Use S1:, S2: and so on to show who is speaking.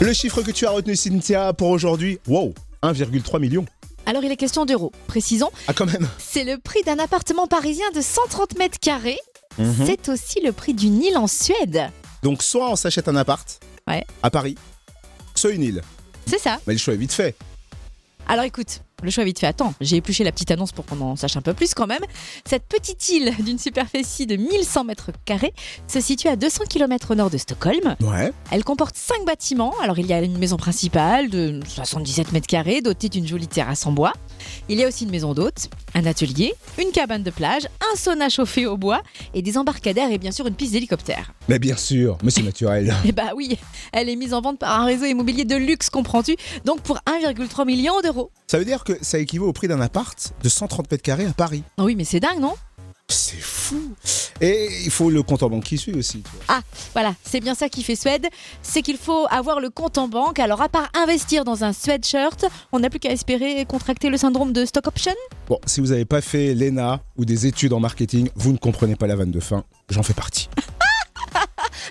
S1: Le chiffre que tu as retenu, Cynthia, pour aujourd'hui, wow, 1,3 million.
S2: Alors il est question d'euros, précisons.
S1: Ah, quand même.
S2: C'est le prix d'un appartement parisien de 130 mètres carrés.
S1: Mhm.
S2: C'est aussi le prix d'une île en Suède.
S1: Donc, soit on s'achète un appart
S2: Ouais.
S1: à Paris, soit une île.
S2: C'est ça.
S1: Mais le choix est vite fait.
S2: Alors écoute, le choix est vite fait. Attends, j'ai épluché la petite annonce pour qu'on en sache un peu plus quand même. Cette petite île d'une superficie de 1100 mètres carrés se situe à 200 km au nord de Stockholm.
S1: Ouais.
S2: Elle comporte 5 bâtiments. Alors il y a une maison principale de 77 mètres carrés dotée d'une jolie terrasse en bois. Il y a aussi une maison d'hôte, un atelier, une cabane de plage, un sauna chauffé au bois et des embarcadères et bien sûr une piste d'hélicoptère.
S1: Mais bien sûr, mais c'est naturel.
S2: Eh bah oui, elle est mise en vente par un réseau immobilier de luxe, comprends-tu Donc pour 1,3 million d'euros.
S1: Ça veut dire que ça équivaut au prix d'un appart de 130 mètres carrés à Paris.
S2: Ah oui, mais c'est dingue, non
S1: C'est fou. Et il faut le compte en banque qui suit aussi. tu vois.
S2: Voilà, c'est bien ça qui fait Suède, c'est qu'il faut avoir le compte en banque. Alors à part investir dans un sweatshirt, on n'a plus qu'à espérer contracter le syndrome de stock option.
S1: Bon, si vous n'avez pas fait l'ENA ou des études en marketing, vous ne comprenez pas la vanne de fin. J'en fais partie.